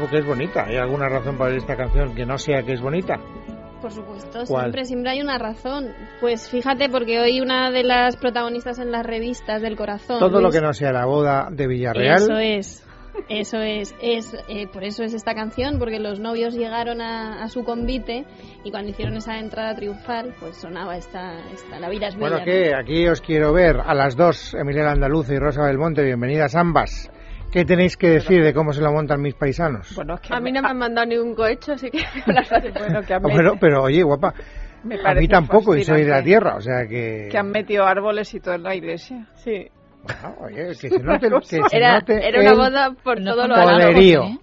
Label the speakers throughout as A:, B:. A: porque es bonita. ¿Hay alguna razón para esta canción que no sea que es bonita?
B: Por supuesto,
A: ¿Cuál?
B: siempre, siempre hay una razón. Pues fíjate, porque hoy una de las protagonistas en las revistas del corazón.
A: Todo lo
B: Luis,
A: que no sea la boda de Villarreal.
B: Eso es. Eso es, es eh, por eso es esta canción, porque los novios llegaron a, a su convite y cuando hicieron esa entrada triunfal, pues sonaba esta, esta La vida es bella.
A: Bueno,
B: ¿no?
A: que aquí os quiero ver a las dos, Emilia Andaluz y Rosa Belmonte. Bienvenidas ambas. ¿Qué tenéis que decir de cómo se lo montan mis paisanos?
C: Bueno, que
D: A mí
C: me-
D: no me han mandado ningún cohecho, así que las
C: bueno, que a mí-
A: Bueno, pero oye, guapa,
C: me
A: a mí
C: parece
A: tampoco y soy de la
C: fascinante
A: tierra, o sea que...
C: Que han metido árboles y todo en la iglesia.
D: Sí.
A: Bueno, oye, que se note, que se
D: Era,
A: note
D: era una
A: el
D: boda por
E: No
D: todo lo
E: contaba
D: alto.
E: nada.
A: poderío.
E: ¿eh?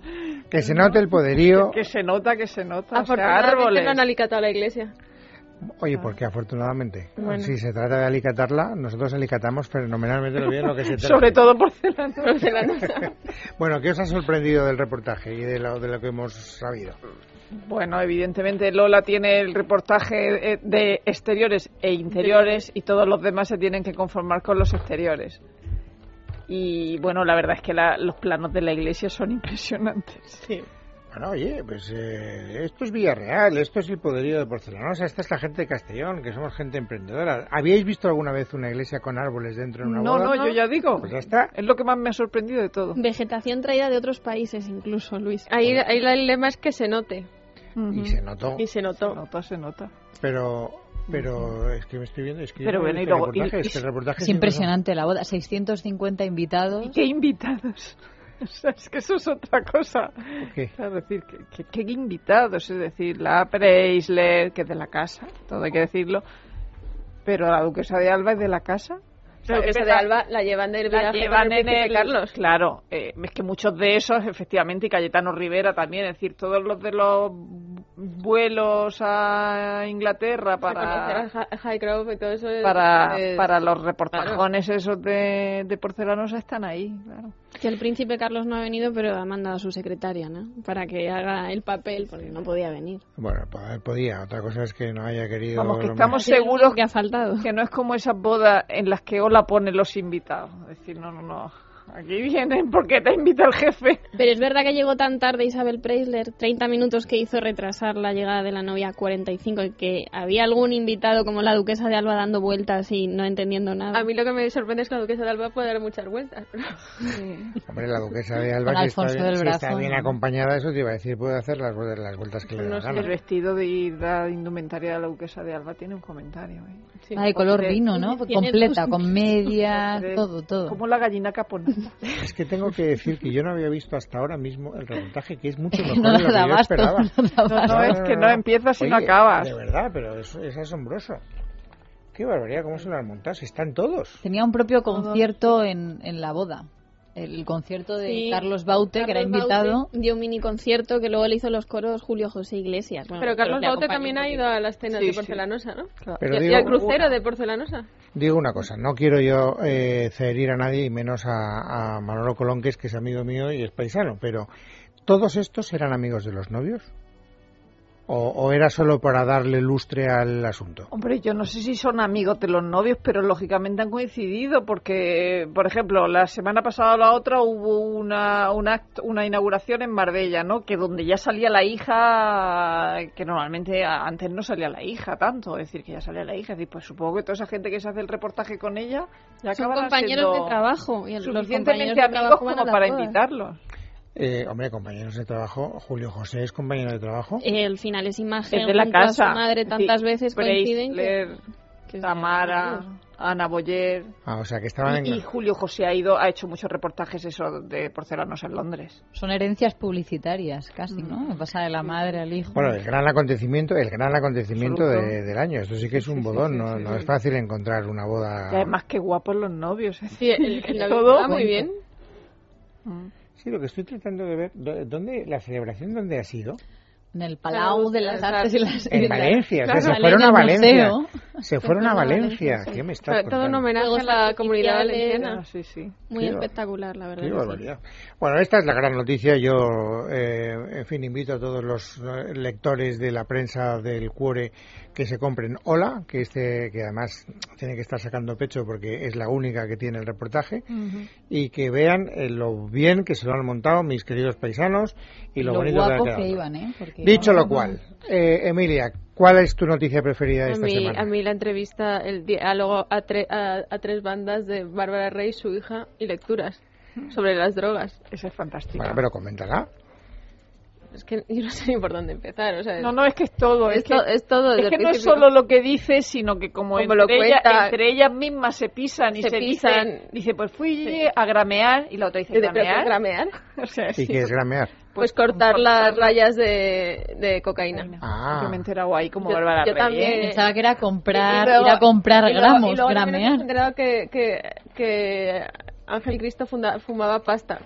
A: Que se note el poderío.
C: Que se nota, que se nota. O sea,
D: Afortunadamente
C: árboles.
D: no han alicatado la iglesia.
A: Oye,
C: Ah.
A: porque afortunadamente,
D: Bueno.
A: si se trata de alicatarla, nosotros alicatamos fenomenalmente lo bien lo que se trata.
C: Sobre todo porcelana.
D: Porcelana.
A: Bueno, ¿qué os ha sorprendido del reportaje y de lo, de lo que hemos sabido?
C: Bueno, evidentemente Lola tiene el reportaje eh, de exteriores e interiores y todos los demás se tienen que conformar con los exteriores. Y bueno, la verdad es que la- los planos de la iglesia son impresionantes.
D: Sí.
A: Bueno, oye, pues eh, esto es Villarreal, esto es el poderío de Porcelanosa, esta es la gente de Castellón, que somos gente emprendedora. ¿Habíais visto alguna vez una iglesia con árboles dentro de una
C: No,
A: boda?
C: no, yo ya digo.
A: Pues ya está.
C: Es lo que más me ha sorprendido de todo.
B: Vegetación traída de otros países incluso, Luis.
D: Ahí, ahí el lema es que se note.
C: Ujú.
A: Y se notó.
D: Y se
C: Se
D: notó.
C: nota, se nota.
A: Pero, pero es que me estoy viendo, es que yo
C: Pero
A: no he
C: bueno, y
A: visto el
C: luego- y-
A: reportaje,
C: y-
A: es que el reportaje
E: Es
A: sí me-
E: impresionante la boda. 650 invitados.
C: ¿Y qué invitados? O sea, es que eso es otra cosa.
A: ¿Qué?
C: Es decir, que, que- que invitados, es decir, la Preisler, que es de la casa, todo hay que decirlo, pero la duquesa de Alba es de la casa. O sea,
D: La duquesa de
C: empezar-
D: Alba la llevan del
C: la
D: viaje
C: llevan
D: con el
C: en
D: príncipe
C: el-
D: Carlos.
C: Claro, eh, es que muchos de esos, efectivamente, y Cayetano Rivera también, es decir, todos los de los vuelos a Inglaterra para
D: Para conocer a Hi- Highgrove y todo eso. es-
C: para,
D: es-
C: para los reportajones esos de, de porcelanosa están ahí, claro.
B: Que el príncipe Carlos no ha venido, pero ha mandado a su secretaria, ¿no? Para que haga el papel, porque no podía venir.
A: Bueno, po- podía, otra cosa es que no haya querido...
C: Vamos, que
A: lo
C: estamos
B: Sí,
C: seguros
B: que ha faltado.
C: que no es como esas bodas en las que Ola pone los invitados. Es decir, no, no, no. Aquí vienen porque te invita el jefe.
B: Pero es verdad que llegó tan tarde Isabel Preisler, 30 minutos que hizo retrasar la llegada de la novia a 45 y que había algún invitado como la duquesa de Alba dando vueltas y no entendiendo nada.
D: A mí lo que me sorprende es que la duquesa de Alba puede dar muchas vueltas.
A: Hombre, la duquesa de Alba,
E: Con
A: si está,
E: Alfonso
A: bien,
E: del
A: si está
E: brazo,
A: bien
E: ¿no?
A: acompañada, eso te iba a decir, puede hacer las, vuel- las vueltas que le da la
D: No sé,
A: gana.
C: El vestido de, y la indumentaria de la duquesa de Alba tiene un comentario. ¿eh?
D: Sí.
E: Ah, de color
C: Porque-
E: vino, ¿no?
B: tiene
E: Completa,
B: dos-
E: con media,
C: Porque-
E: todo, todo.
C: Como la gallina capona.
A: Es que tengo que decir que yo no había visto hasta ahora mismo el reportaje, que es mucho mejor
E: No
A: de lo
E: la
A: que yo
E: dabas,
A: esperaba.
E: no la dabas.
C: No, no, es que no empiezas y no
A: Oye,
C: acabas.
A: De verdad, pero es, es asombroso. Qué barbaridad, cómo se lo han montado. Si están todos.
E: Tenía un propio concierto en, en la boda. El concierto de
B: Sí.
E: Carlos Baute, que era
B: Carlos
E: invitado.
B: Baute dio un mini concierto que luego le hizo los coros Julio José Iglesias. Bueno,
D: Pero Carlos
B: le
D: Baute
B: acompañó
D: también
B: un
D: ha ido
B: poquito.
D: a las cenas
C: Sí,
D: de
C: sí.
D: porcelanosa, ¿no?
C: Claro.
A: Pero
D: y, y
A: digo,
D: al crucero de porcelanosa.
A: digo una cosa, no quiero yo eh, herir a nadie y menos a, a Manolo Colón, que es, que es amigo mío y es paisano, pero ¿todos estos eran amigos de los novios? ¿O, o era solo para darle lustre al asunto?
C: Hombre, yo no sé si son amigos de los novios, pero lógicamente han coincidido porque, por ejemplo, la semana pasada o la otra hubo una, un act- una inauguración en Marbella, ¿no? Que donde ya salía la hija, que normalmente a- antes no salía la hija tanto, es decir, que ya salía la hija. Es decir, pues supongo que toda esa gente que se hace el reportaje con ella ya
B: Son
C: acabarán
B: compañeros
C: siendo
B: de trabajo. Y el- los compañeros
C: suficientemente
B: de
C: amigos
B: trabajo van a
C: como
B: las
C: para
B: bodas.
C: invitarlos.
A: Eh, hombre, compañeros de trabajo, Julio José es compañero de trabajo.
B: Eh, El final es imagen
C: Es de la
B: junto a
C: casa.
B: su madre tantas veces coinciden que,
C: Preisler,
B: que-
C: Tamara, Ana Boyer.
A: Ah, o sea, que estaban
C: Y,
A: en...
C: y Julio José ha ido, ha hecho muchos reportajes eso de porcelanos en Londres.
E: Son herencias publicitarias, casi, ¿no?
D: Mm.
E: Pasa de la madre al hijo.
A: Bueno, eh. el gran acontecimiento, el gran acontecimiento
C: Absoluto.
A: de- del año. Esto sí que es un
C: sí,
A: bodón,
C: sí,
A: no,
C: sí,
A: no
C: sí.
A: es fácil encontrar una
C: Y
A: boda.
C: además, qué guapos los novios. ¿eh?
D: Sí, el, el novio
C: Todo.
D: estaba muy bien.
C: Mm.
A: Sí, lo que estoy tratando de ver, ¿dó- ¿dónde la celebración dónde ha sido?
E: en el Palau de las Artes y las
A: En Valencia, o sea,
D: Claro,
A: se fueron a Valencia.
E: Museo.
A: Se fueron a Valencia. ¿Qué me estás
D: Todo un
A: contando?
D: homenaje a la
B: Juegos
D: comunidad
B: artificiales.
D: valenciana.
C: sí, sí.
B: Muy
A: Qué
B: espectacular, la verdad.
A: Qué
B: que sí.
A: barbaridad. Bueno, esta es la gran noticia. Yo, eh, en fin, invito a todos los eh, lectores de la prensa del Cuore que se compren Hola, que este, que además tiene que estar sacando pecho porque es la única que tiene el reportaje, y que vean eh, lo bien que se lo han montado mis queridos paisanos y lo,
E: Lo
A: bonito que ha
E: guapos
A: quedado.
E: que iban, ¿eh? Porque-
A: Dicho lo cual, eh, Emilia, ¿cuál es tu noticia preferida de
D: A
A: esta
D: mí,
A: semana?
D: a mí la entrevista, el diálogo a, tre- a- a tres bandas de Bárbara Rey, su hija y lecturas sobre las drogas.
C: Esa es fantástica.
A: Bueno, pero coméntala.
D: Es que yo no sé ni por dónde empezar. O sea,
C: No, no, es que es todo. Es,
D: es, to-
C: que,
D: es todo.
C: es
D: desde
C: que
D: el
C: no es
D: principio.
C: solo lo que dice, sino que como,
D: Como
C: entre,
D: lo
C: ella-
D: cuenta-
C: entre ellas mismas se pisan y se,
D: Se pisan.
C: Dice, dice, pues fui a gramear y la otra dice,
D: Desde- pero
C: ¿gramear?
D: gramear,
C: O sea,
A: ¿Y
C: sí.
A: qué es gramear?
D: Pues cortar las rayas de, de cocaína.
A: Ah.
C: Que me he enterado ahí como
D: Yo-
C: Bárbara
D: yo
C: Rey,
D: también.
C: ¿eh?
E: Pensaba que era comprar,
D: Y luego-
E: ir a comprar
D: y luego-
E: gramos,
D: y luego también
E: gramear.
D: hemos enterado que, que, que Ángel Cristo funda- fumaba pasta.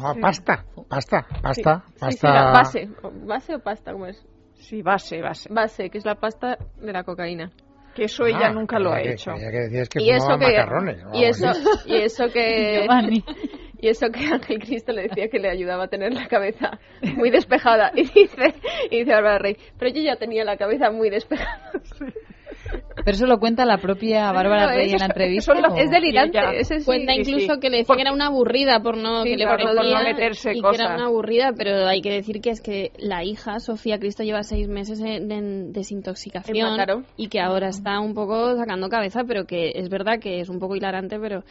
A: Ah, pasta, pasta,
D: Sí,
A: pasta,
D: sí, sí,
A: pasta.
D: la base. o- ¿Base o pasta? ¿Cómo es?
C: Sí, base, base.
D: Base, que es la pasta de la cocaína.
C: Que eso ella
A: Ah,
C: nunca lo ha
A: creía que-
C: hecho.
A: creía que decías que
D: y eso
A: fumaban
D: que.
A: macarrones.
D: Y
A: vamos,
D: eso,
A: ¿eh?
D: y eso que.
E: Giovanni.
D: Y eso que Ángel Cristo le decía que le ayudaba a tener la cabeza muy despejada. Y dice, y dice Bárbara Rey, pero yo ya tenía la cabeza muy despejada.
E: Pero eso lo cuenta la propia Bárbara
D: No,
E: Rey
D: es-
E: en la entrevista.
C: eso lo-
E: ¿o?
D: Es delirante.
C: ella
D: ese sí.
B: Cuenta
C: sí,
B: incluso
C: sí.
B: que le decía
C: Por-
B: que era una aburrida por no,
C: Sí,
B: que le
C: claro, por no
B: parecía
C: meterse
B: y que
C: cosas.
B: era una aburrida, pero hay que decir que es que la hija, Sofía Cristo, lleva seis meses en, en
D: En
B: desintoxicación
D: Mataró.
B: y que ahora está un poco sacando cabeza, pero que es verdad que es un poco hilarante, pero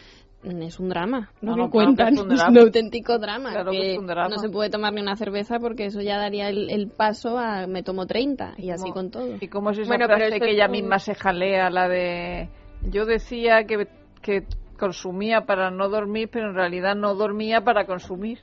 B: mm, es un drama lo
C: No,
B: que
C: no, claro
B: cuentan,
C: que es un drama.
B: un auténtico drama,
C: Claro que es un drama.
B: no se puede tomar ni una cerveza porque eso ya daría el, el paso a me tomo 30 y así
C: Como-
B: con todo.
C: ¿Y cómo es esa
D: Bueno, pero
C: frase
D: esto
C: que
D: es
C: ella
D: un-
C: misma se jalea? La de. Yo decía que, que consumía para no dormir, pero en realidad no dormía para consumir.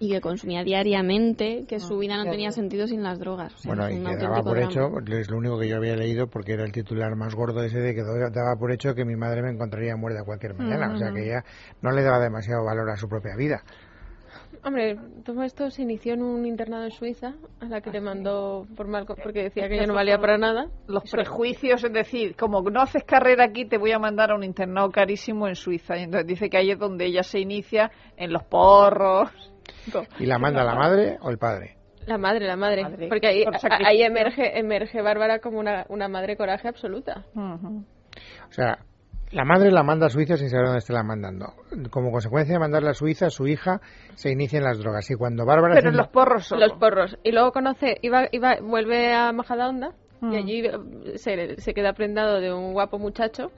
B: Y que consumía diariamente,
C: Ah,
B: que su vida no
E: claro.
B: tenía sentido sin las drogas. O sea,
A: Bueno,
B: es
A: y
B: un
A: que daba
B: auténtico
A: por
B: drama.
A: hecho, es lo único que yo había leído porque era el titular más gordo ese de que do- daba por hecho que mi madre me encontraría muerta cualquier mañana. O sea que ella no le daba demasiado valor a su propia vida.
D: Hombre, todo esto se inició en un internado en Suiza, a la
C: ¿Ah,
D: que le mandó por mal, co- porque decía que ya no valía para nada.
C: Los prejuicios, es decir, como no haces carrera aquí, te voy a mandar a un internado carísimo en Suiza. Y entonces dice que ahí es donde ella se inicia en los porros.
A: ¿Y la manda la madre o el padre?
D: La madre, la madre.
C: Madre,
D: Porque ahí,
C: por
D: a-
C: sacrificio.
D: ahí emerge, emerge Bárbara como una, una madre coraje absoluta.
C: Ujú.
A: O sea, la madre la manda a Suiza sin saber dónde está la mandando. Como consecuencia de mandarla a Suiza, su hija se inicia en las drogas. Y cuando Bárbara... se
C: Pero en
A: in-
C: los porros solo.
D: Los porros. Y luego conoce, iba, iba, vuelve a Majadahonda
C: Mm.
D: y allí eh, se, se queda prendado de un guapo muchacho.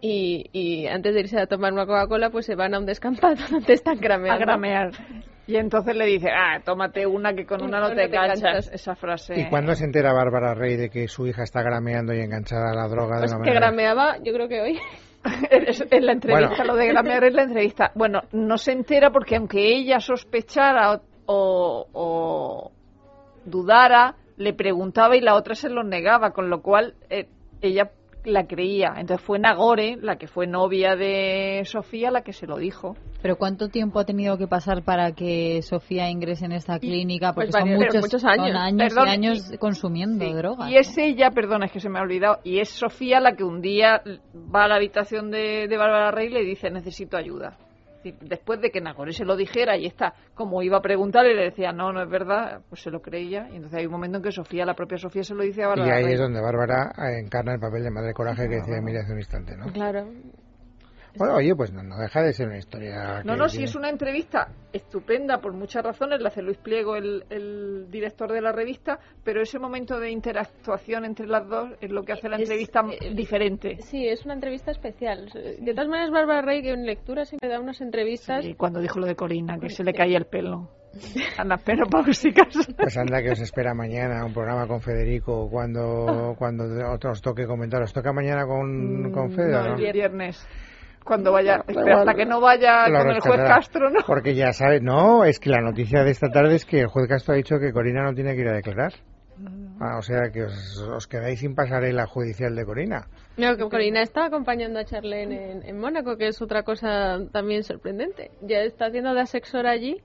D: Y, y antes de irse a tomar una Coca-Cola, pues se van a un descampado donde están
C: a
D: crameando.
C: gramear. Y entonces le dice, ah, tómate una que con una no te enganchas. Esa frase.
A: ¿Y cuándo se entera Bárbara Rey de que su hija está grameando y enganchada a la droga
D: Pues
A: de una
D: que
A: manera...
D: grameaba, yo creo que hoy.
C: Es- en la entrevista,
A: Bueno.
C: lo de gramear es la entrevista. Bueno, no se entera porque aunque ella sospechara o, o- o dudara, le preguntaba y la otra se lo negaba, con lo cual eh, ella la creía. Entonces fue Nagore, la que fue novia de Sofía, la que se lo dijo.
E: Pero ¿cuánto tiempo ha tenido que pasar para que Sofía ingrese en esta clínica? Porque
D: Pues
E: son
D: varios-
E: muchos,
D: pero muchos años.
E: son años
C: Perdón,
E: y años consumiendo
C: Sí.
E: drogas.
C: Y es ella, perdona, es que se me ha olvidado, y es Sofía la que un día va a la habitación de, de Bárbara Rey y le dice, necesito ayuda. Es decir, Después de que Nagore se lo dijera y está, como iba a preguntarle, le decía, no, no es verdad, pues se lo creía. Y entonces hay un momento en que Sofía, la propia Sofía, se lo dice a
A: Y
C: Bárbara
A: ahí
C: Rey.
A: es donde Bárbara eh, encarna el papel de madre coraje que decía Emilia hace un instante, ¿no?
D: Claro.
A: Bueno, oye, pues no, no deja de ser una historia.
C: No,
A: que
C: no,
A: tiene-
C: sí, es una entrevista estupenda por muchas razones, la hace Luis Pliego, el, el director de la revista, pero ese momento de interactuación entre las dos es lo que hace la
D: Es-
C: entrevista
D: eh,
C: diferente.
D: Sí, es una entrevista especial. De todas maneras, Bárbara Rey, que en lectura siempre da unas entrevistas.
C: Sí, cuando dijo lo de Corina, que se le caía el pelo. Anda, pero pausicas.
A: Pues anda que os espera mañana un programa con Federico cuando cuando otro os toque comentar. ¿Os toca mañana con, Mm, con Fede o
C: Mm, No,
A: no?
C: el viernes. Cuando vaya,
A: Da
C: espera, hasta
A: igual.
C: que no vaya
A: Lo
C: con el juez
A: rescatará.
C: Castro, ¿no?
A: Porque ya sabes, no, es que la noticia de esta tarde es que el juez Castro ha dicho que Corina no tiene que ir a declarar. Ah, o sea que os, os quedáis sin pasarela judicial de Corina.
D: No, que Corina está acompañando a Charlene en, en Mónaco, que es otra cosa también sorprendente. Ya está haciendo de asexora allí.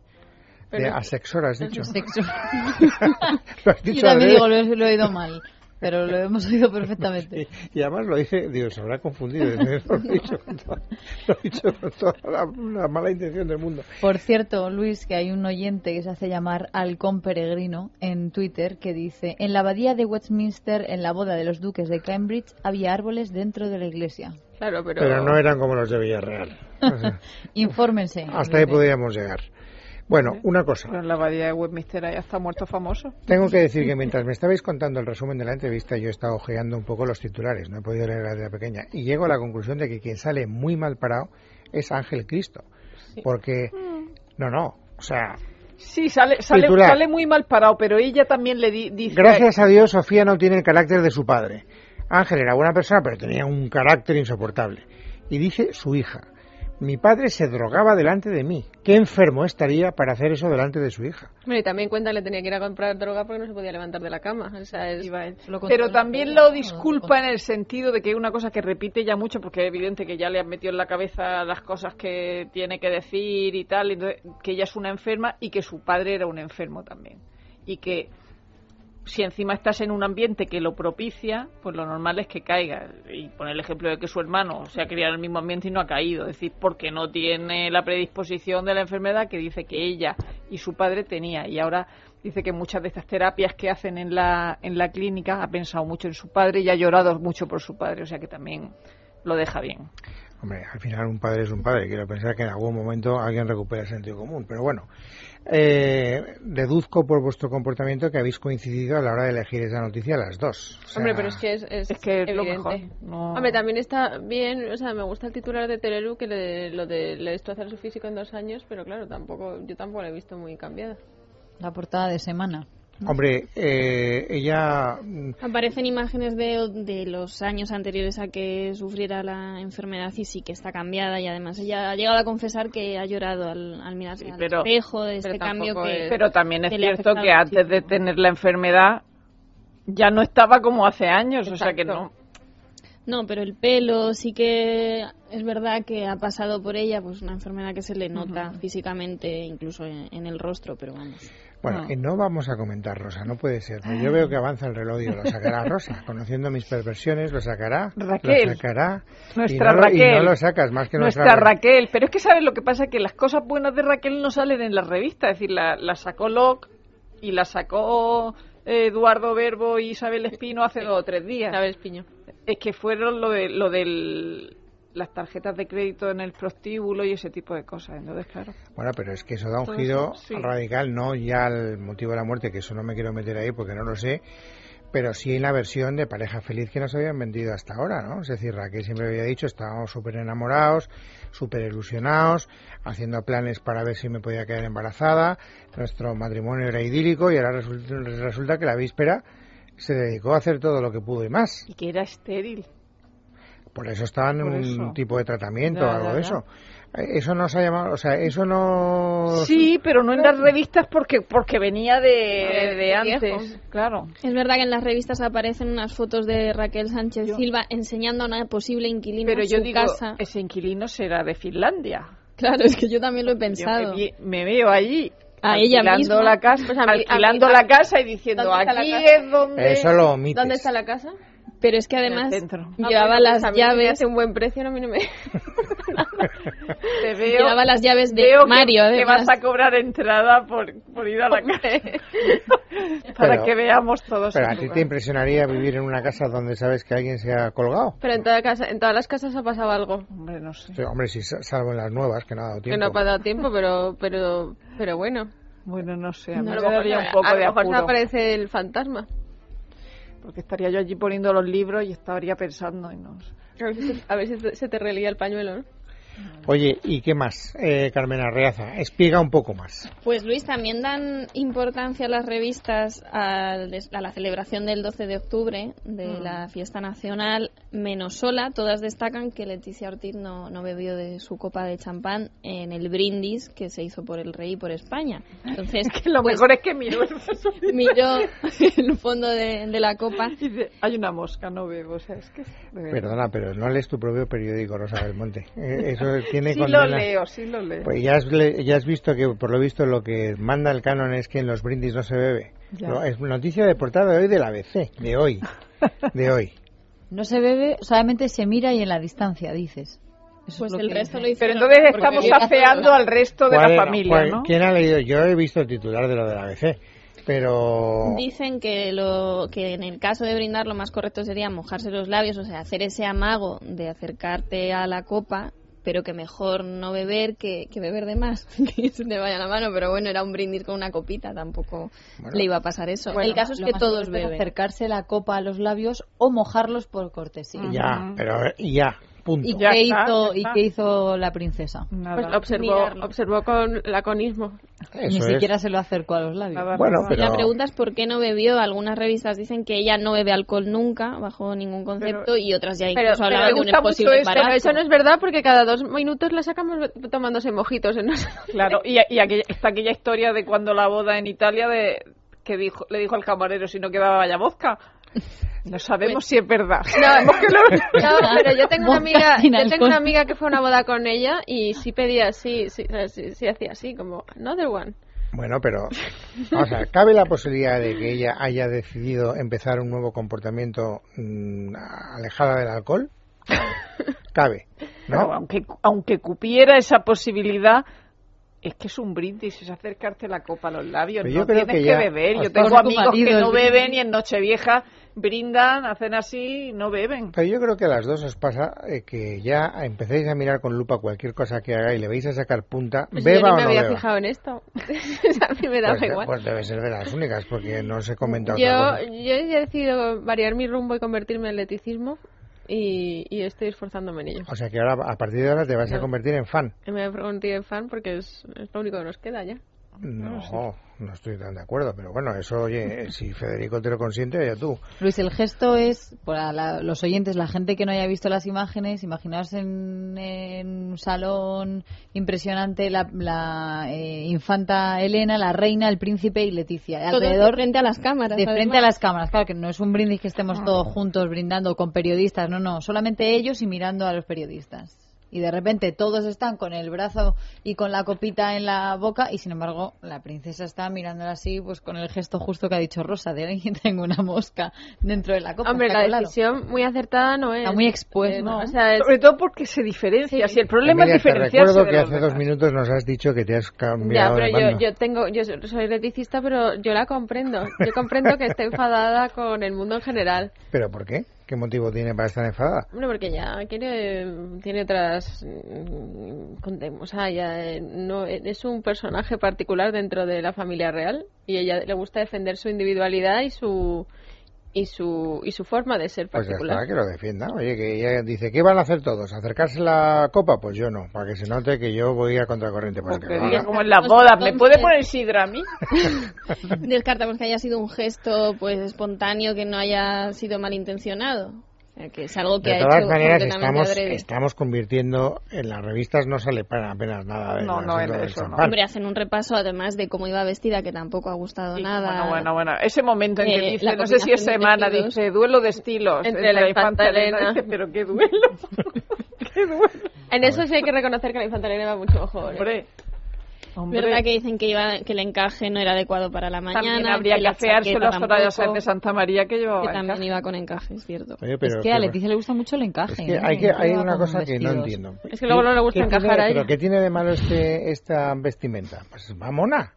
A: De asexora, has dicho.
E: Sexo.
A: Lo has
E: Yo
A: dicho adrede.
E: también digo, lo he, lo he oído mal, pero lo hemos oído perfectamente.
A: Y, y además lo dice, digo, se habrá confundido, lo he dicho con toda, lo he dicho con toda la, la mala intención del mundo.
E: Por cierto, Luis, que hay un oyente que se hace llamar Halcón Peregrino en Twitter que dice: En la abadía de Westminster, en la boda de los duques de Cambridge, había árboles dentro de la iglesia.
D: Claro, pero...
A: Pero no eran como los de Villarreal. O sea,
E: Infórmense.
A: hasta ahí
E: Dice.
A: podríamos llegar. Bueno, una cosa.
C: Pero en la abadía de Westminster ya está muerto famoso.
A: Tengo que decir que mientras me estabais contando el resumen de la entrevista, yo he estado ojeando un poco los titulares, no he podido leer la de la pequeña, y llego a la conclusión de que quien sale muy mal parado es Ángel Cristo, porque no, no, o sea,
C: Sí, sale, sale,
A: Titular.
C: sale muy mal parado, pero ella también le di- dice...
A: gracias a Dios Sofía no tiene el carácter de su padre. Ángel era buena persona, pero tenía un carácter insoportable. Y dice su hija, mi padre se drogaba delante de mí. ¿Qué enfermo estaría para hacer eso delante de su hija?
D: Bueno, y también cuenta que le tenía que ir a comprar droga porque no se podía levantar de la cama. O sea, es...
E: Lo contó
C: Pero
E: en la
C: también
E: boda,
C: lo
E: ¿no?
C: disculpa en el sentido de que es una cosa que repite ya mucho, porque es evidente que ya le han metido en la cabeza las cosas que tiene que decir y tal, y entonces, que ella es una enferma y que su padre era un enfermo también. Y que si encima estás en un ambiente que lo propicia, pues lo normal es que caiga. Y pone el ejemplo de que su hermano se ha criado en el mismo ambiente y no ha caído. Es decir, porque no tiene la predisposición de la enfermedad que dice que ella y su padre tenía. Y ahora dice que muchas de estas terapias que hacen en la, en la clínica ha pensado mucho en su padre y ha llorado mucho por su padre. O sea que también lo deja bien.
A: Hombre, al final un padre es un padre. Quiero pensar que en algún momento alguien recupera el sentido común. Pero bueno, eh, deduzco por vuestro comportamiento que habéis coincidido a la hora de elegir esa noticia las dos. O sea,
D: Hombre, pero es que es, es,
C: Es que es lo
D: evidente.
C: mejor, no-
D: Hombre, también está bien, o sea, me gusta el titular de Terelu que le- lo de le destrozar su físico en dos años, pero claro, tampoco, yo tampoco la he visto muy cambiada.
E: La portada de semana.
A: Hombre, eh, ella. mm,
B: Aparecen imágenes de, de los años anteriores a que sufriera la enfermedad y sí que está cambiada y además ella ha llegado a confesar que ha llorado al, al mirarse
C: Sí,
B: al
C: pero-
B: espejo de este
D: pero
B: cambio
D: tampoco
B: que...
D: es-
C: Pero también es
B: que le ha
C: cierto que
B: afectado
C: antes de
B: muchísimo.
C: tener la enfermedad ya no estaba como hace años. O sea que
D: Exacto.
C: no.
B: No, pero el pelo sí que es verdad que ha pasado por ella pues una enfermedad que se le nota físicamente incluso en, en el rostro, pero vamos.
A: Bueno,
C: No.
A: que no vamos a comentar, Rosa, no puede ser.
C: Ah.
A: Yo veo que avanza el reloj, digo, lo sacará Rosa. Conociendo mis perversiones, lo sacará.
C: Raquel.
A: Lo sacará.
C: Nuestra
A: y no, lo- y no
C: Raquel.
A: lo sacas más que nuestra,
C: nuestra, Raquel. Pero es que sabes lo que pasa que las cosas buenas de Raquel no salen en la revista. Es decir, la, la sacó Locke y la sacó eh, Eduardo Verbo y Isabel Espino hace dos o tres días.
D: ¿Sabes, Piño?
C: Es que fueron lo de lo del las tarjetas de crédito en el prostíbulo y ese tipo de cosas. Entonces, claro.
A: Bueno, pero es que eso da un
C: Todo
A: giro
C: eso, sí.
A: radical, no ya al motivo de la muerte, que eso no me quiero meter ahí porque no lo sé, pero sí en la versión de pareja feliz que nos habían vendido hasta ahora, ¿no? Es decir, Raquel siempre había dicho, estábamos súper enamorados, súper ilusionados, haciendo planes para ver si me podía quedar embarazada, nuestro matrimonio era idílico y ahora resulta, resulta que la víspera se dedicó a hacer todo lo que pudo y más.
C: Y que era estéril.
A: Por eso estaban en
C: Por
A: un
C: eso.
A: tipo de tratamiento o
C: Ya,
A: algo
C: ya,
A: de
C: ya.
A: eso. Eh, Eso no se ha llamado, o sea, eso no...
C: Sí, pero no en las revistas porque porque venía de, de
D: de
C: antes.
D: viejo.
C: Claro.
B: Es verdad que en las revistas aparecen unas fotos de Raquel Sánchez
C: Yo-
B: Silva enseñando a una posible inquilina
C: Pero
B: su
C: yo digo,
B: casa.
C: ese inquilino será de Finlandia.
B: Claro, es que yo también lo he
C: Yo me,
B: pensado.
C: vi- me veo allí
B: A ella
C: alquilando
B: misma.
C: la casa,
D: Pues a mí-
C: alquilando
D: a mí-
C: la casa y diciendo
D: ¿Dónde está la
C: aquí
D: casa?
C: es donde
A: Eso lo omites.
D: ¿Dónde está la casa?
B: Pero es que
C: el
B: además
C: centro.
D: Ah,
B: llevaba
D: bueno,
B: las
D: pues a mí si me
B: llaves,
D: hace un buen precio, no, a mí no me...
C: te veo,
B: llevaba las llaves de
C: veo que-
B: Mario,
C: que,
B: además.
C: vas a cobrar entrada por, por ir a la casa para
A: Pero-
C: que veamos todos.
A: Pero
C: el
A: a ti
C: lugar.
A: te impresionaría vivir en una casa donde sabes que alguien se ha colgado.
D: Pero en, toda casa, en todas las casas ha pasado algo.
C: Hombre, no sé.
A: Sí, hombre, sí, sa- salvo en las nuevas, que no ha dado
D: Que no ha
A: tiempo.
D: pasado tiempo, pero, pero, pero bueno.
C: Bueno, no sé, a mí me
D: A lo mejor-
C: daría un poco
D: a lo
C: de
D: mejor se
C: apuro.
D: aparece el fantasma.
C: Porque estaría yo allí poniendo los libros y estaría pensando y no sé.
D: A ver si, a ver si te- se te relía el pañuelo, ¿no?
A: Oye, ¿y qué más, eh, Carmen Arreaza? Espiga un poco más.
B: Pues Luis, también dan importancia las
C: Mm.
B: revistas al des- a, la celebración del 12 de octubre, de la fiesta nacional, menos sola, todas destacan que Leticia Ortiz no, no bebió de su copa de champán en el brindis que se hizo por el rey y por España. Entonces,
C: Que lo
B: pues,
C: mejor es que miro el vaso
B: miró el fondo de, de la copa.
C: y dice, hay una mosca, no veo. O sea, es que es de verdad.
A: Perdona, pero no lees tu propio periódico, Rosa Belmonte. Eh, Eso tiene
C: Sí lo
A: condena.
C: leo, sí lo leo.
A: Pues ya has, le- ya has visto que, por lo visto, lo que manda el canon es que en los brindis no se bebe.
E: Ya.
A: Lo- es noticia de portada de hoy de la ABC, de hoy, de hoy.
E: No se bebe, solamente se mira y en la distancia, dices. Eso
B: Pues
E: es lo
B: el
E: que-
B: resto lo hicieron.
C: Pero entonces
B: porque
C: estamos
B: había-
C: afeando al resto de
A: ¿Cuál
C: la
A: era-
C: familia,
A: cuál-
C: ¿no?
A: ¿Quién ha leído? Yo he visto el titular de lo de la ABC, pero...
B: Dicen que, lo, que en el caso de brindar lo más correcto sería mojarse los labios, o sea, hacer ese amago de acercarte a la copa, pero que mejor no beber que, que beber de más, que se te vaya la mano, pero bueno, era un brindis con una copita, tampoco
A: Bueno.
B: le iba a pasar eso.
E: Bueno,
B: el caso es
E: lo
B: que
E: más
B: todos
E: correcto es
B: beben.
E: acercarse la copa a los labios o mojarlos por cortesía.
A: Ya, pero ya, punto.
E: ¿Y,
C: Ya
E: qué
C: está,
E: hizo,
C: ya
E: ¿Y
C: está.
E: qué hizo la princesa?
C: Nada.
D: Pues lo observó,
B: Mirarlo.
D: observó con laconismo.
A: Eso
E: Ni
A: es.
E: siquiera se lo acercó a los labios.
C: Nada.
A: Bueno,
C: Y
A: pero...
B: La pregunta es por qué no bebió. Algunas revistas dicen que ella no bebe alcohol nunca, bajo ningún concepto,
C: Pero-
B: y otras ya
D: Pero,
B: E incluso
D: pero
B: hablaban
D: me
B: de un
D: gusta mucho
B: posible
D: esto, pero
B: embarazo.
D: eso no es verdad porque cada dos minutos la sacamos tomándose mojitos. ¿no?
C: Claro, y, y aquella- está aquella historia de cuando la boda en Italia de que dijo, le dijo al camarero si no quedaba vaya mosca. No sabemos si es verdad. Sabemos que lo-
D: No, pero yo tengo una
E: Vodka
D: amiga,
E: sin
D: yo tengo
E: alcohol.
D: una amiga que fue a una boda con ella y sí pedía así, sí, o sea, sí- sí hacía así, como another one.
A: Bueno, pero, o sea, ¿cabe la posibilidad de que ella haya decidido empezar un nuevo comportamiento mm, alejada del alcohol? Cabe,
C: Pero
A: ¿no?
C: aunque, aunque cupiera esa posibilidad, es que es un brindis, es acercarte la copa a los labios.
A: Pero
C: no
A: yo creo
C: tienes
A: que
C: que,
A: ya-
C: beber. Yo
A: Ostras,
C: tengo
E: con tu
C: amigos que
E: marido
C: no
E: el
C: beben
E: brindis.
C: y en Nochevieja brindan, hacen así y no beben.
A: Pero yo creo que a las dos os pasa eh, que ya empecéis a mirar con lupa cualquier cosa que haga y le vais a sacar punta,
D: Pues yo
A: beba
D: no
A: o
D: me
A: no
D: había
A: beba.
D: fijado en esto. a mí me daba
A: Pues, de-
D: igual.
A: pues debe ser de las únicas, porque no se comenta otra
D: Yo,
A: cosa.
D: yo he decidido variar mi rumbo y convertirme en leticismo y, y estoy esforzándome en ello.
A: O sea que ahora, a partir de ahora, te vas a
D: No.
A: convertir en fan.
D: Y Me he convertido en fan porque es, es lo único que nos queda ya.
A: No, no estoy tan de acuerdo, pero bueno, eso, oye, eh, si Federico te lo consiente, ya tú.
E: Luis, el gesto es, para la- los oyentes, la gente que no haya visto las imágenes, imaginaos en, en un salón impresionante la, la, eh, infanta Elena, la reina, el príncipe y Leticia.
B: Todos de
E: Alrededor
B: frente a las cámaras.
E: de frente a
B: además.
E: las cámaras, claro que no es un brindis que estemos todos juntos brindando con periodistas, no, no, solamente ellos y mirando a los periodistas. Y de repente todos están con el brazo y con la copita en la boca y sin embargo la princesa está mirándola así, pues con el gesto justo que ha dicho Rosa, de ahí tengo una mosca dentro de la copa.
D: Hombre,
E: está
D: la
E: claro.
D: decisión muy acertada no es.
E: Está muy expuesto, ¿no?
D: O sea, es-
C: Sobre todo porque se diferencia.
D: Sí.
C: Si el problema
A: Emilia,
C: es diferenciarse.
A: Te recuerdo
C: de
A: que
C: los
A: hace dos
C: demás.
A: minutos nos has dicho que te has
D: Ya,
A: cambiado
D: pero
A: de
D: yo,
A: bando.
D: yo tengo, yo so- soy leticista, pero yo la comprendo. Yo comprendo que esté enfadada con el mundo en general.
A: ¿Pero por qué? ¿Qué motivo tiene para estar enfadada?
D: Bueno, porque ya quiere, tiene otras, mm, contem- o sea, ya eh, no es un personaje particular dentro de la familia real y ella le gusta defender su individualidad y su y su y su forma de ser
A: Pues ya está,
D: particular.
A: que lo defienda. Oye, que ella dice, ¿qué van a hacer todos? ¿Acercarse la copa? Pues yo no, para que se note que yo voy a contracorriente. Pues que
C: Porque
A: lo
C: diga
A: haga.
C: como en las
B: Pues
C: bodas, ¿me
B: entonces-
C: puede poner sidra a mí?
B: Descartamos que haya sido un gesto pues espontáneo que no haya sido malintencionado. O sea, que es algo que
A: de
B: ha
A: todas
B: hecho
A: maneras,
B: completamente
A: estamos,
B: adrede.
A: estamos convirtiendo, en las revistas no sale para apenas nada de
C: No, no, en
A: del
C: eso no.
A: champán.
B: Hombre, hacen un repaso además de cómo iba vestida, que tampoco ha gustado nada.
C: Bueno, bueno, bueno. Ese momento en que
B: Eh,
C: dice,
B: la
C: no sé si es
B: combinación de
C: semana,
B: vestidos.
C: dice, duelo de estilos.
D: Entre la infanta Elena.
C: dice, pero qué duelo. qué duelo.
D: En eso sí hay que reconocer que la infantería va mucho mejor. ¿eh?
C: Hombre. Hombre.
B: ¿Verdad que dicen que, iba, que el encaje no era adecuado para la mañana?
C: También habría que
B: la
C: afearse
B: chaqueta
C: las horallas
B: tampoco,
C: de Santa María que llevaba
B: Que
C: en
B: también
C: casa.
B: iba con encaje, es cierto.
A: Oye, pero
E: es que
A: qué
E: a
A: va-
E: Leticia le gusta mucho el encaje.
A: Es Pues que
E: ¿eh?
A: hay, que, hay
E: Lleva
A: una
E: como
A: cosa que no
E: vestidos.
A: entiendo.
D: Es que luego no le gusta
A: ¿Qué tiene-
D: encajar a
A: ¿Pero
D: ella.
A: qué tiene de malo este, esta vestimenta? Pues va mona,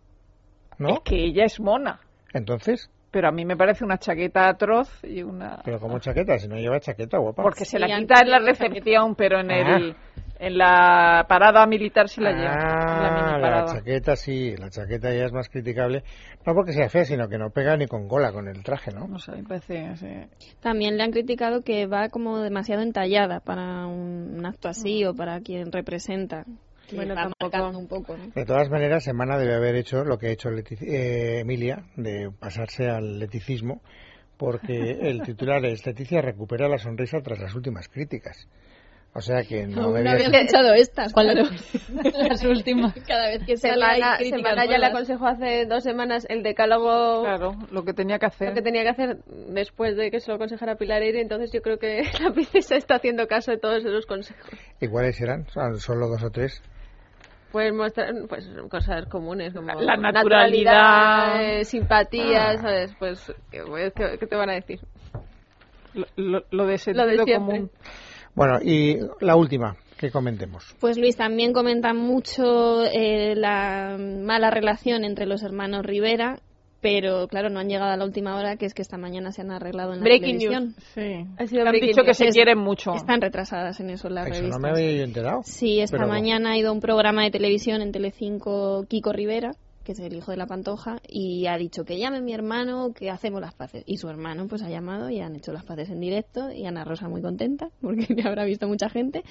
C: Es
A: ¿no?
C: que ella es mona.
A: Entonces,
C: Pero a mí me parece una chaqueta atroz y una...
A: pero como chaqueta, si no lleva chaqueta, guapa.
C: Porque se la
B: Sí,
C: quita en la
B: antes la
C: recepción, pero en el...
A: Ah.
C: En la parada militar sí la lleva. en la
A: Ah,
C: mini
A: la,
C: parada.
A: chaqueta sí, la chaqueta ya es más criticable. No porque sea fea, sino que no pega ni con cola con el traje, ¿no?
C: No sé, me parece... sí.
B: También le han criticado que va como demasiado entallada para un, un acto así o para quien representa. Que
D: Bueno,
B: va
D: tampoco-
B: marcando un poco, ¿no?
A: De todas maneras, Semana debe haber hecho lo que ha hecho Leti- eh, Emilia, de pasarse al leticismo, porque el titular es Leticia recupera la sonrisa tras las últimas críticas. O sea que no, me
B: no
A: digas-
B: había escuchado estas. claro.
E: Las últimas.
B: Cada vez que sale hay
D: Semana,
B: críticas
D: semana ya le
B: nuevas.
D: aconsejó hace dos semanas el decálogo
C: Claro, lo que tenía que hacer.
D: Oh. lo que tenía que hacer después de que se lo aconsejara Pilar Eire, entonces yo creo que la princesa está haciendo caso de todos esos consejos.
A: Iguales serán, son solo dos o tres.
D: Pues mostrar pues, cosas comunes como
C: La naturalidad. Ah.
D: naturalidad, eh, simpatía, ¿sabes? Pues, ¿qué, pues, qué- qué te van a decir?
C: Lo, lo- lo de sentido
D: Lo de siempre.
C: común.
A: Bueno, y la última que comentemos.
B: Pues Luis, también comenta mucho eh, la mala relación entre los hermanos Rivera, pero claro, no han llegado a la última hora, que es que esta mañana se han arreglado en la
D: Breaking
B: televisión.
C: Sí.
D: Ha sido
C: Le han
D: breaking
C: dicho que
D: news.
C: se
B: Es-
C: quieren mucho.
B: Están retrasadas en eso las
A: Eso no
B: revistas.
A: me había yo enterado.
B: Sí, esta
A: Pero-
B: mañana ha ido un programa de televisión en Telecinco Kiko Rivera, que es el hijo de la Pantoja, y ha dicho que llame mi hermano, que hacemos las paces. Y su hermano pues ha llamado y han hecho las paces en directo y Ana Rosa muy contenta porque le habrá visto mucha gente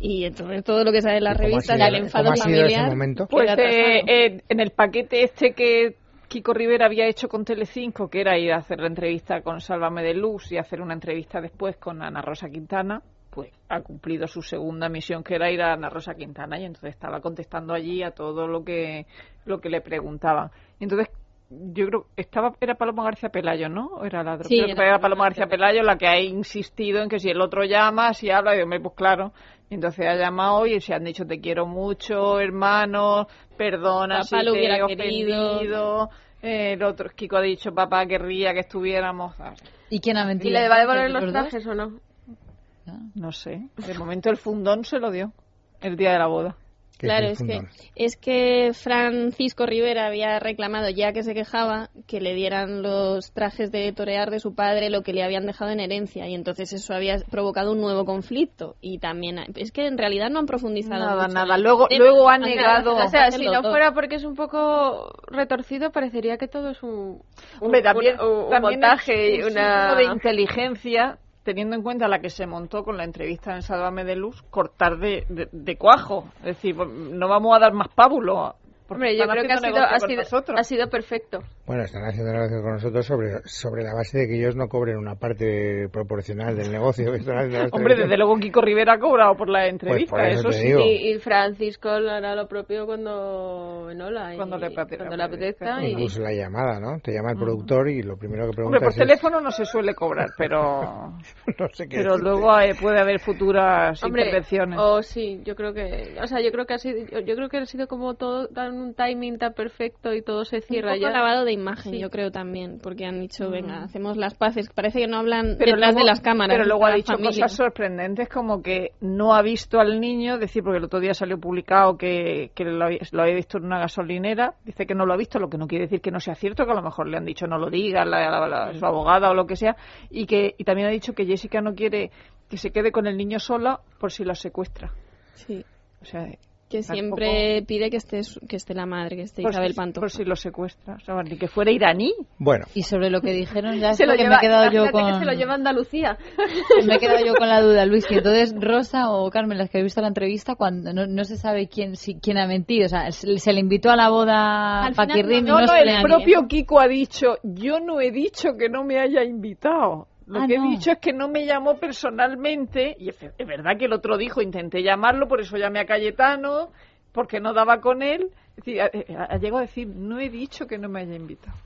B: y entonces todo lo que sale en las
A: ¿Y cómo ha
B: revistas,
A: sido-
B: el enfado
A: cómo ha sido ese
B: familiar.
A: momento?
C: Pues
B: queda
C: eh,
B: atrasado.
C: eh, en el paquete este que Kiko Rivera había hecho con Telecinco, que era ir a hacer la entrevista con Sálvame de Luz y hacer una entrevista después con Ana Rosa Quintana, pues ha cumplido su segunda misión, que era ir a Ana Rosa Quintana, y entonces estaba contestando allí a todo lo que, lo que le preguntaban. Y entonces yo creo estaba era Paloma García Pelayo, ¿no? O Era la otra,
B: Sí,
C: creo que
B: era
C: era Paloma García Pelayo la que ha insistido en que si el otro llama, si habla, y hombre, pues claro. Y Entonces ha llamado y se han dicho te quiero mucho, hermano, perdona
B: Papá
C: si
B: lo
C: te
B: hubiera
C: he ofendido.
B: querido.
C: Eh, El otro Kiko ha dicho papá querría que estuviéramos. Ah,
E: ¿Y quién ha mentido?
D: ¿Y le va a devolver
E: ¿Los
D: los
E: dos? Ah.
D: trajes o no?
C: No sé. De momento el fundón se lo dio el día de la boda.
A: Que
B: Claro,
A: se
B: es que,
A: infundan.
B: es que Francisco Rivera había reclamado, ya que se quejaba, que le dieran los trajes de torear de su padre, lo que le habían dejado en herencia, y entonces eso había provocado un nuevo conflicto. Y también, ha- es que en realidad no han profundizado.
C: Nada,
B: mucho.
C: nada. Luego,
B: Eh,
C: luego ha
B: o sea,
C: negado.
D: O sea, si
B: Hacerlo
D: no
B: todo.
D: fuera porque es un poco retorcido, parecería que todo es un, un,
C: Hombre, también,
D: un- un
C: también
D: montaje y
C: es un signo
D: una...
C: de inteligencia, teniendo en cuenta la que se montó con la entrevista en Sálvame de Luz, cortar de, de, de cuajo. Es decir, pues, no vamos a dar más pábulo. porque
D: Hombre, yo
C: están
D: creo que ha
C: haciendo
D: sido, ha,
C: negocio con
D: sido,
C: nosotros.
D: ha sido perfecto.
A: Bueno, están haciendo negocio con nosotros sobre, sobre la base de que ellos no cobren una parte proporcional del negocio. que están haciendo las
C: Hombre,
A: televisiones.
C: desde luego Kiko Rivera ha cobrado por la entrevista,
A: Pues, por eso
C: eso,
A: te
C: sí.
A: digo.
D: Y, y Francisco hará lo propio cuando en Ola y-
C: Cuando le apetezca.
D: cuando le apetezca y-
A: Incluso pues la llamada, ¿no? Te llama el productor y lo primero que
C: Hombre,
A: preguntas
C: por
A: es...
C: teléfono no se suele cobrar, pero,
A: no sé qué
C: pero
A: decirte.
C: luego eh, puede haber futuras
D: Hombre,
C: intervenciones.
D: o sí, yo creo que, o sea, yo creo que ha sido, yo- yo creo que ha sido como todo tan un timing tan perfecto y todo se
B: Un
D: cierra
B: poco
D: ya.
B: lavado de imagen,
D: Sí.
B: yo creo también, porque han dicho, venga, hacemos las paces. Parece que no hablan
C: Mm. pero
B: detrás
C: luego-
B: de las cámaras.
C: Pero luego
B: está la
C: ha dicho
B: familia.
C: cosas sorprendentes como que no ha visto al niño, es decir, porque el otro día salió publicado que, que lo, había- lo había visto en una gasolinera, dice que no lo ha visto, lo que no quiere decir que no sea cierto, que a lo mejor le han dicho no lo diga la, la- la- su abogada o lo que sea, y que y también ha dicho que Jessica no quiere que se quede con el niño sola por si lo secuestra.
B: Sí,
C: O sea,
B: que
C: Tampoco- Pues
B: siempre pide que esté, su- que esté la madre, que esté
C: por,
B: Isabel
C: si,
B: Pantoja.
C: por si lo secuestra, o sea, ni que fuera iraní.
A: Bueno,
E: Y sobre lo que dijeron, ya
D: Se
E: es
D: lo
E: lo que
D: lleva-
E: me he quedado yo
D: imagínate
E: con...
D: que se lo lleva a Andalucía.
E: Me he quedado yo con la duda, Luis. Y entonces, Rosa o Carmen, las que he visto la entrevista, cuando no, no se sabe quién si, quién ha mentido. O sea, se, se le invitó a la boda a
B: Al final
E: Paquirrín
B: no-
C: No,
E: y no,
C: no,
E: se le
C: el
E: han-
C: propio Kiko ha dicho, yo no he dicho que no me haya invitado. Lo
E: Ah,
C: que
E: no.
C: he dicho es que no me llamó personalmente, y es es verdad que el otro dijo, intenté llamarlo, por eso llamé a Cayetano, porque no daba con él. Es decir, ha, ha- ha llegado a decir, no he dicho que no me haya invitado.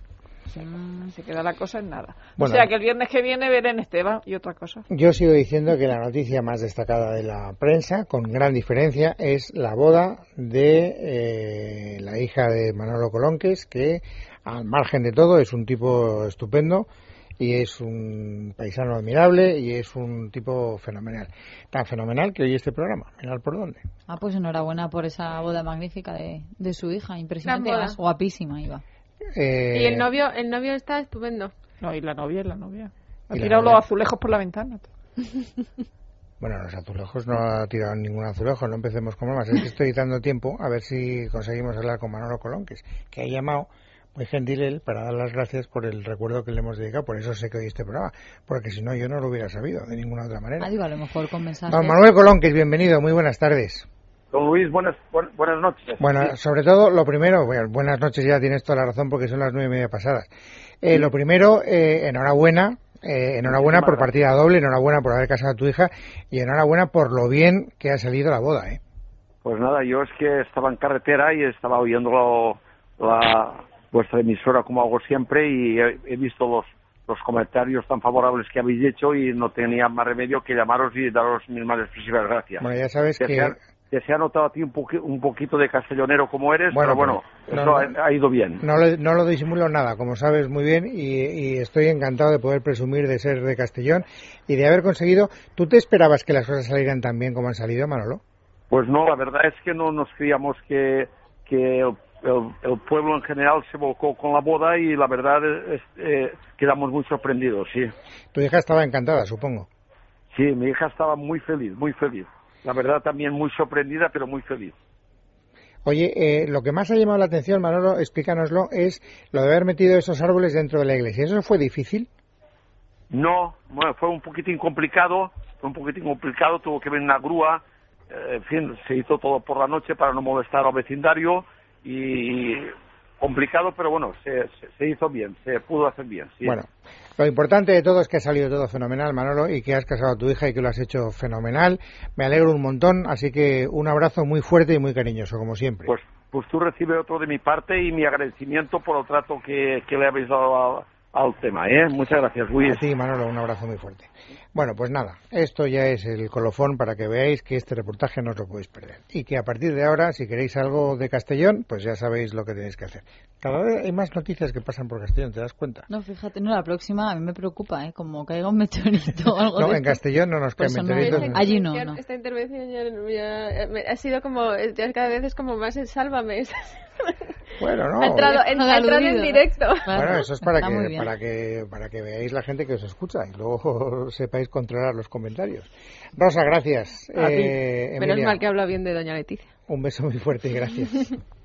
C: O sea,
E: Mm.
C: Se queda la cosa en nada.
A: Bueno.
C: o sea, que el viernes que viene Belén Esteban y otra cosa.
A: yo sigo diciendo que la noticia más destacada de la prensa, con gran diferencia, es la boda de eh, la hija de Manolo Colonques, que al margen de todo es un tipo estupendo y es un paisano admirable y es un tipo fenomenal. Tan fenomenal que hoy este programa, mirar por dónde.
E: Ah, pues enhorabuena por esa boda magnífica de, de su hija. Impresionante.
D: Gran boda.
E: además, Guapísima iba.
A: Eh,
D: Y el novio, el novio está estupendo.
C: No, y la novia, y la novia. Ha
A: Y la
C: tirado
A: novia.
C: los azulejos por la ventana.
A: Bueno, los azulejos no ha tirado ningún azulejo, no empecemos con más. Es que estoy dando tiempo a ver si conseguimos hablar con Manolo Colonques, que ha llamado muy gentil él para dar las gracias por el recuerdo que le hemos dedicado. Por eso sé que hoy este programa, porque si no yo no lo hubiera sabido de ninguna otra manera.
E: Ah, digo, a lo mejor con mensajes.
A: Don Manuel Colonques, bienvenido, muy buenas tardes.
F: Don Luis, buenas, buen- buenas noches.
A: Bueno, sobre todo, lo primero, bueno, buenas noches, ya tienes toda la razón porque son las nueve y media pasadas. Eh, lo primero, eh, enhorabuena, eh, enhorabuena por partida doble, enhorabuena por haber casado a tu hija y enhorabuena por lo bien que ha salido la boda, ¿eh?
F: Pues nada, yo es que estaba en carretera y estaba oyendo lo- la, vuestra emisora como hago siempre y he, he visto los, los comentarios tan favorables que habéis hecho y no tenía más remedio que llamaros y daros mis más expresivas gracias.
A: Bueno, ya sabes
F: que,
A: que...
F: se ha, que se ha notado a ti un, poqui- un poquito de castellonero como eres,
A: Bueno,
F: pero bueno,
A: pero-
F: eso
A: no,
F: ha-
A: no.
F: ha, ido bien.
A: No lo, no lo disimulo nada, como sabes muy bien, y, y estoy encantado de poder presumir de ser de Castellón y de haber conseguido. ¿Tú te esperabas que las cosas salieran tan bien como han salido, Manolo?
F: Pues no, la verdad es que no nos creíamos que, que el, el- el pueblo en general se volcó con la boda y la verdad es- eh, quedamos muy sorprendidos, sí.
A: Tu hija estaba encantada, supongo.
F: Sí, mi hija estaba muy feliz, muy feliz. La verdad también muy sorprendida, pero muy feliz.
A: Oye, eh, lo que más ha llamado la atención, Manolo, explícanoslo, es lo de haber metido esos árboles dentro de la iglesia. ¿Eso fue difícil?
F: No, bueno, fue un poquitín complicado, fue un poquitín complicado, tuvo que venir una grúa, eh, en fin, se hizo todo por la noche para no molestar al vecindario y complicado, pero bueno, se, se- se hizo bien, se pudo hacer bien. sí.
A: Bueno, lo importante de todo es que ha salido todo fenomenal, Manolo, y que has casado a tu hija y que lo has hecho fenomenal. Me alegro un montón, así que un abrazo muy fuerte y muy cariñoso, como siempre.
F: Pues, pues tú recibes otro de mi parte y mi agradecimiento por el trato que, que le habéis dado al, al tema. ¿eh? Muchas gracias, Luis.
A: A ti, Manolo, un abrazo muy fuerte. Bueno, pues nada, esto ya es el colofón para que veáis que este reportaje no os lo podéis perder. Y que a partir de ahora, si queréis algo de Castellón, pues ya sabéis lo que tenéis que hacer. Cada vez hay más noticias que pasan por Castellón, ¿te das cuenta?
E: No, fíjate, no, la próxima a mí me preocupa, ¿eh? Como caiga un meteorito o algo
A: No,
E: de
A: en
E: esto.
A: Castellón no nos caen
E: Pues no,
A: meteoritos.
E: ese-
A: ni-
E: Allí no,
D: intervención-
E: no.
D: Esta intervención ya, ya, eh, me- ha sido como, eh, ya cada vez es como más el sálvame.
A: Bueno, no.
D: ha entrado, en,
E: No, de
D: ha entrado en
E: aludido.
D: directo.
E: Claro,
A: Bueno, eso es para
E: está muy
A: que,
E: bien.
A: para, que, para que veáis la gente que os escucha y luego sepáis controlar los comentarios. Rosa, gracias.
D: A ti.
A: Eh,
D: Menos
A: Emilia,
D: mal que habla bien de Doña Leticia.
A: Un beso muy fuerte y gracias.